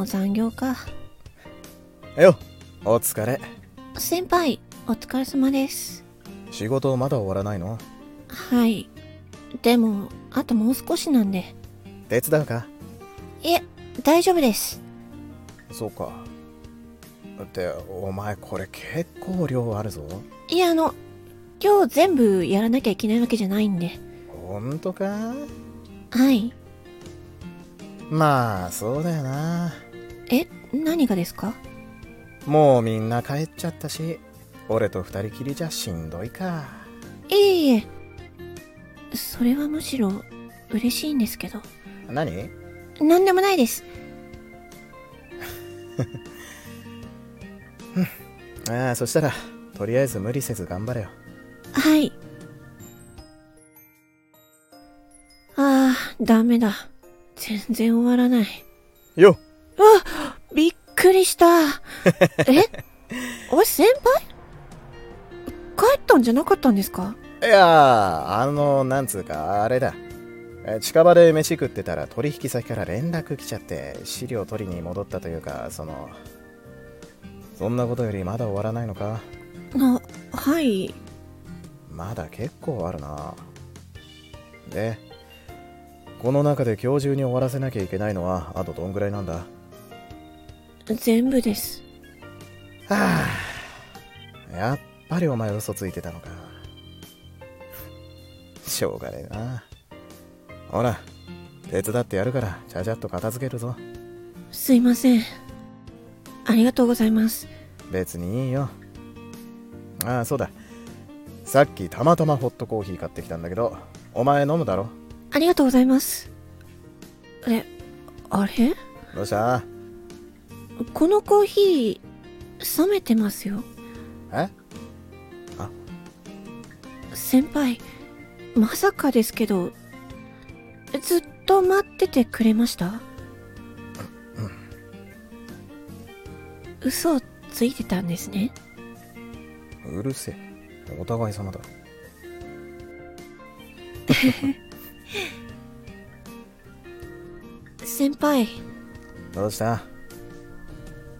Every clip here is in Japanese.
う残業か。よお疲れ先輩、お疲れ様です。仕事まだ終わらないのはい。でも、あともう少しなんで。手伝うかいえ、大丈夫です。そうかってお前これ結構量あるぞいや、あの、今日全部やらなきゃいけないわけじゃないんで。ほんとかはい。まあそうだよなえ、何がですかもうみんな帰っちゃったし俺と二人きりじゃしんどいかいえいえ。それはむしろ、嬉しいんですけど。何なんでもないです。ああそしたらとりあえず無理せず頑張れよはい。ああ、ダメだ。全然終わらない。よびっくり した。えおい、先輩帰ったんじゃなかったんですかいやあのなんつうかあれだえ近場で飯食ってたら取引先から連絡来ちゃって資料取りに戻ったというかそのそんなことよりまだ終わらないのかあ、はい。まだ結構あるなでこの中で今日中に終わらせなきゃいけないのはあとどんぐらいなんだは全部です。あ やっぱりお前嘘ついてたのかしょうがねえなほら手伝ってやるからちゃちゃっと片付けるぞすいません。ありがとうございます。別にいいよああそうださっきたまたまホットコーヒー買ってきたんだけどお前飲むだろありがとうございます。え、あれどうしたこのコーヒー、冷めてますよ。え先輩、まさかですけど、ずっと待っててくれました嘘をついてたんですね。うるせえお互い様だ先輩、どうした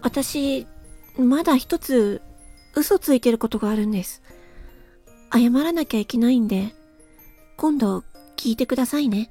私、まだ一つ、嘘ついてることがあるんです。謝らなきゃいけないんで、今度、聞いてくださいね。